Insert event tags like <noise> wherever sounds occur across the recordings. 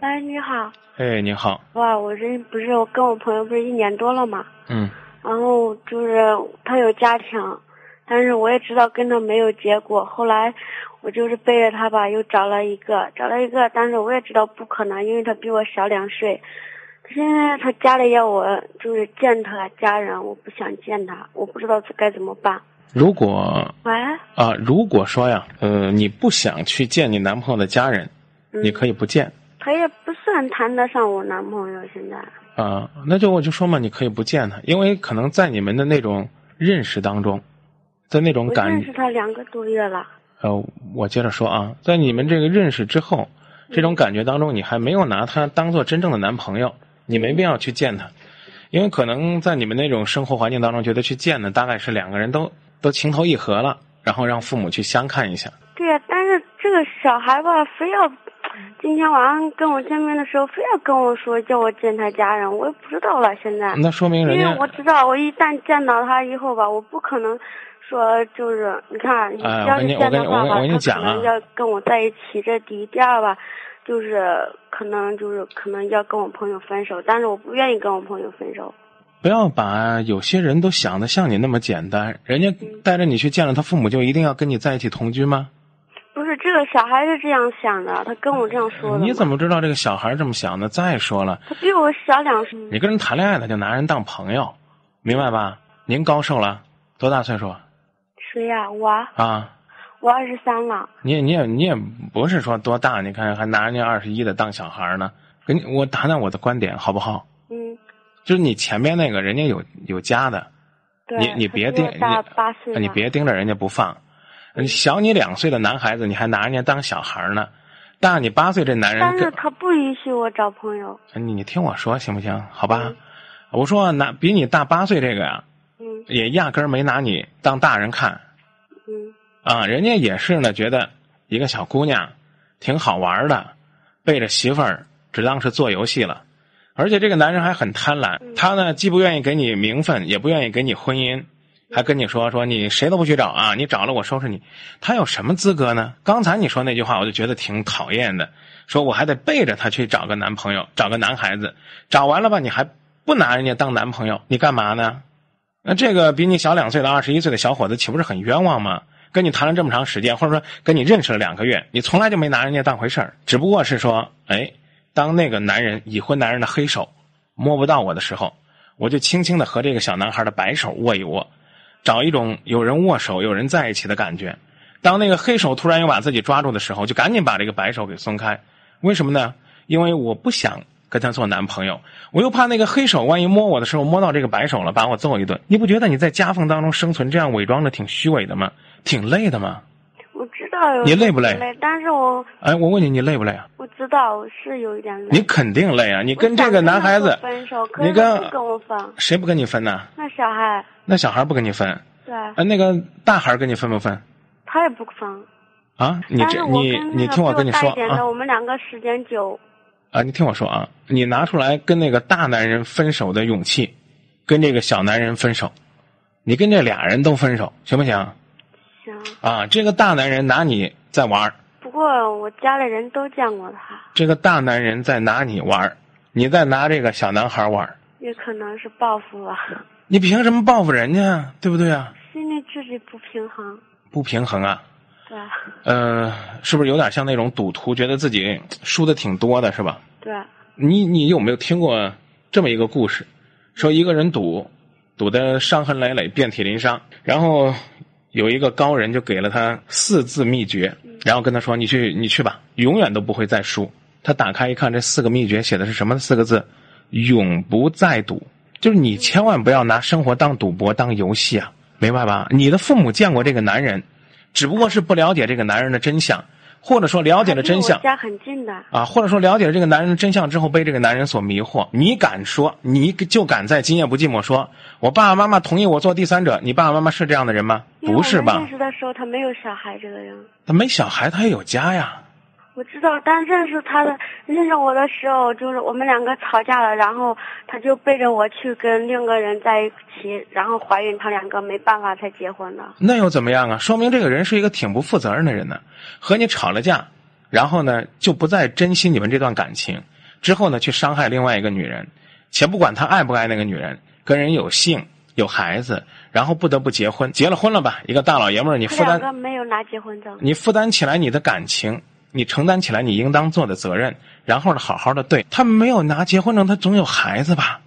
喂，你好。哎，你好，哇，我这不是我跟我朋友不是一年多了嘛，嗯然后就是他有家庭，但是我也知道跟他没有结果。后来我就是背着他吧，又找了一个，找了一个，但是我也知道不可能，因为他比我小两岁。现在他家里要我就是见他家人，我不想见他，我不知道该怎么办。如果喂，啊，如果说呀，呃，你不想去见你男朋友的家人，嗯你可以不见他也不算谈得上我男朋友，现在。啊、那就我就说嘛，你可以不见他，因为可能在你们的那种认识当中，在那种我感认识他两个多月了，呃，我接着说啊，在你们这个认识之后，这种感觉当中，你还没有拿他当做真正的男朋友，你没必要去见他，因为可能在你们那种生活环境当中，觉得去见呢，大概是两个人都都情投意合了，然后让父母去相看一下。对呀、但是这个小孩吧，非要嗯今天晚上跟我见面的时候，非要跟我说叫我见他家人，我也不知道了。现在，那说明啊因嗯人为我家，知道，我一旦见到他以后吧，我不可能说就是你看，你哎要是我见跟你的话吧，我跟你我跟你他讲可啊能要跟我在一起，这第一，第二吧，就是可能就是可能要跟我朋友分手，但是我不愿意跟我朋友分手。不要把有些人都想的像你那么简单，人家嗯带着你去见了他父母，就一定要跟你在一起同居吗？不是这个小孩是这样想的，他跟我这样说的嘛。你怎么知道这个小孩这么想的？再说了。他比我小两岁。你跟人谈恋爱，他就拿人当朋友，明白吧？您高寿了？多大岁数谁呀、我啊？我二十三了。你也你也你也不是说多大，你看还拿人家二十一的当小孩儿呢。跟你我谈谈我的观点好不好？嗯，就是你前面那个人家有有家的，对。你你别他比我盯大你啊八岁了。你别盯着人家不放。呃小你两岁的男孩子，你还拿人家当小孩儿呢。大你八岁这男人但是跟，呃他不允许我找朋友。你你听我说行不行？好吧嗯，我说拿比你大八岁这个呀、嗯也压根儿没拿你当大人看。嗯啊，人家也是呢，觉得一个小姑娘挺好玩儿的，背着媳妇儿只当是做游戏了。而且这个男人还很贪婪，他呢既不愿意给你名分，也不愿意给你婚姻，还跟你说说你谁都不许找啊，你找了我收拾你。他有什么资格呢？刚才你说那句话，我就觉得挺讨厌的，说我还得背着他去找个男朋友，找个男孩子，找完了吧，你还不拿人家当男朋友，你干嘛呢？那这个比你小两岁的二十一岁的小伙子，岂不是很冤枉吗？跟你谈了这么长时间，或者说跟你认识了两个月，你从来就没拿人家当回事儿，只不过是说，哎，当那个男人已婚男人的黑手摸不到我的时候，我就轻轻的和这个小男孩的白手握一握，找一种有人握手、有人在一起的感觉。当那个黑手突然又把自己抓住的时候，就赶紧把这个白手给松开。为什么呢？因为我不想跟他做男朋友，我又怕那个黑手万一摸我的时候摸到这个白手了，把我揍一顿。你不觉得你在夹缝当中生存，这样伪装的挺虚伪的吗？挺累的吗？我知道有。你累不累累，但是我哎，我问你，你累不累啊？我知道我是有一点累。你肯定累啊！你我跟这想个他男孩子，分手，可你是他跟不跟我分。谁不跟你分呢、那小孩，那小孩不跟你分，对，哎，那个大孩跟你分不分他也不分。啊？你但是这我你跟那你个听我比跟你大说一点的，啊我们两个时间久。啊！你听我说啊，你拿出来跟那个大男人分手的勇气，跟这个小男人分手，你跟这俩人都分手行不行？行，啊，这个大男人拿你在玩儿，不过我家里人都见过他，这个大男人在拿你玩儿，你在拿这个小男孩玩儿，也可能是报复吧，你凭什么报复人家啊？对不对啊？ <laughs> 心里自己不平衡。不平衡啊！对呃，是不是有点像那种赌徒，觉得自己输的挺多的，是吧？对，你你有没有听过这么一个故事？说一个人赌，赌得伤痕累累、遍体鳞伤，然后有一个高人就给了他四字秘诀，然后跟他说：“你去，你去吧，永远都不会再输。”他打开一看，这四个秘诀写的是什么四个字？永不再赌。就是你千万不要拿生活当赌博、当游戏啊，明白吧？你的父母见过这个男人，只不过是不了解这个男人的真相，或者说了解了真他离相我，家很近的。啊，或者说了解了这个男人的真相之后，被这个男人所迷惑。你敢说，你就敢在今夜不寂寞说，我爸爸妈妈同意我做第三者。你爸爸妈妈是这样的人吗？因为不是我们吧认？识的时候他没有小孩这个人，他没小孩，他也有家呀。我知道。但认识他的认识我的时候，就是我们两个吵架了，然后他就背着我去跟另一个人在一起，然后怀孕，他两个没办法才结婚的。那又怎么样啊？说明这个人是一个挺不负责任的人呢、和你吵了架，然后呢就不再珍惜你们这段感情，之后呢去伤害另外一个女人，且不管他爱不爱那个女人，跟人有性有孩子，然后不得不结婚，结了婚了吧，一个大老爷们儿，你负他两担个没有拿结婚证。你负担起来你的感情，你承担起来你应当做的责任，然后呢，好好的对他没有拿结婚证，他总有孩子吧？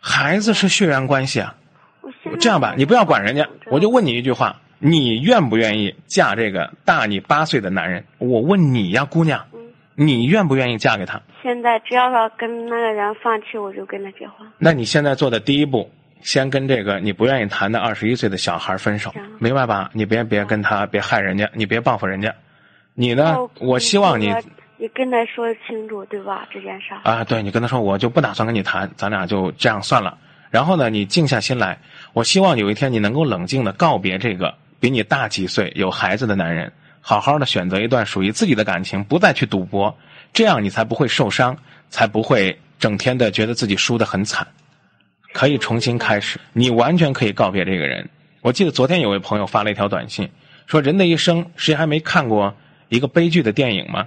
孩子是血缘关系啊。我现在这样吧，你不要管人家，我就问你一句话：你愿不愿意嫁这个大你八岁的男人？我问你呀，姑娘嗯，你愿不愿意嫁给他？现在只要他跟那个人放弃，我就跟他结婚。那你现在做的第一步，先跟这个你不愿意谈的二十一岁的小孩分手行，明白吧？你别别跟他，别害人家，你别报复人家。你呢哦？啊我希望你你跟他你跟他说清楚，对吧？这件事儿。啊，对你跟他说，我就不打算跟你谈，咱俩就这样算了。然后呢，你静下心来，我希望有一天你能够冷静的告别这个比你大几岁、有孩子的男人，好好的选择一段属于自己的感情，不再去赌博，这样你才不会受伤，才不会整天的觉得自己输得很惨。可以重新开始，你完全可以告别这个人。我记得昨天有位朋友发了一条短信，说人的一生，谁还没看过一个悲剧的电影吗？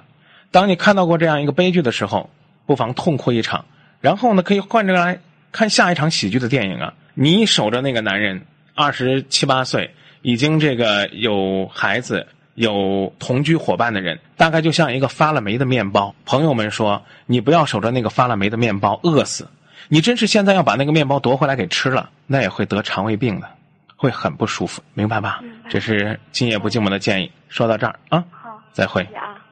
当你看到过这样一个悲剧的时候，不妨痛哭一场，然后呢，可以换着来看下一场喜剧的电影啊。你守着那个男人，二十七八岁，已经这个有孩子、有同居伙伴的人，大概就像一个发了霉的面包。朋友们说，你不要守着那个发了霉的面包饿死，你真是现在要把那个面包夺回来给吃了，那也会得肠胃病的，会很不舒服，明白吧明？白这是今夜不寂寞的建议。说到这儿啊，好，再会谢。谢啊。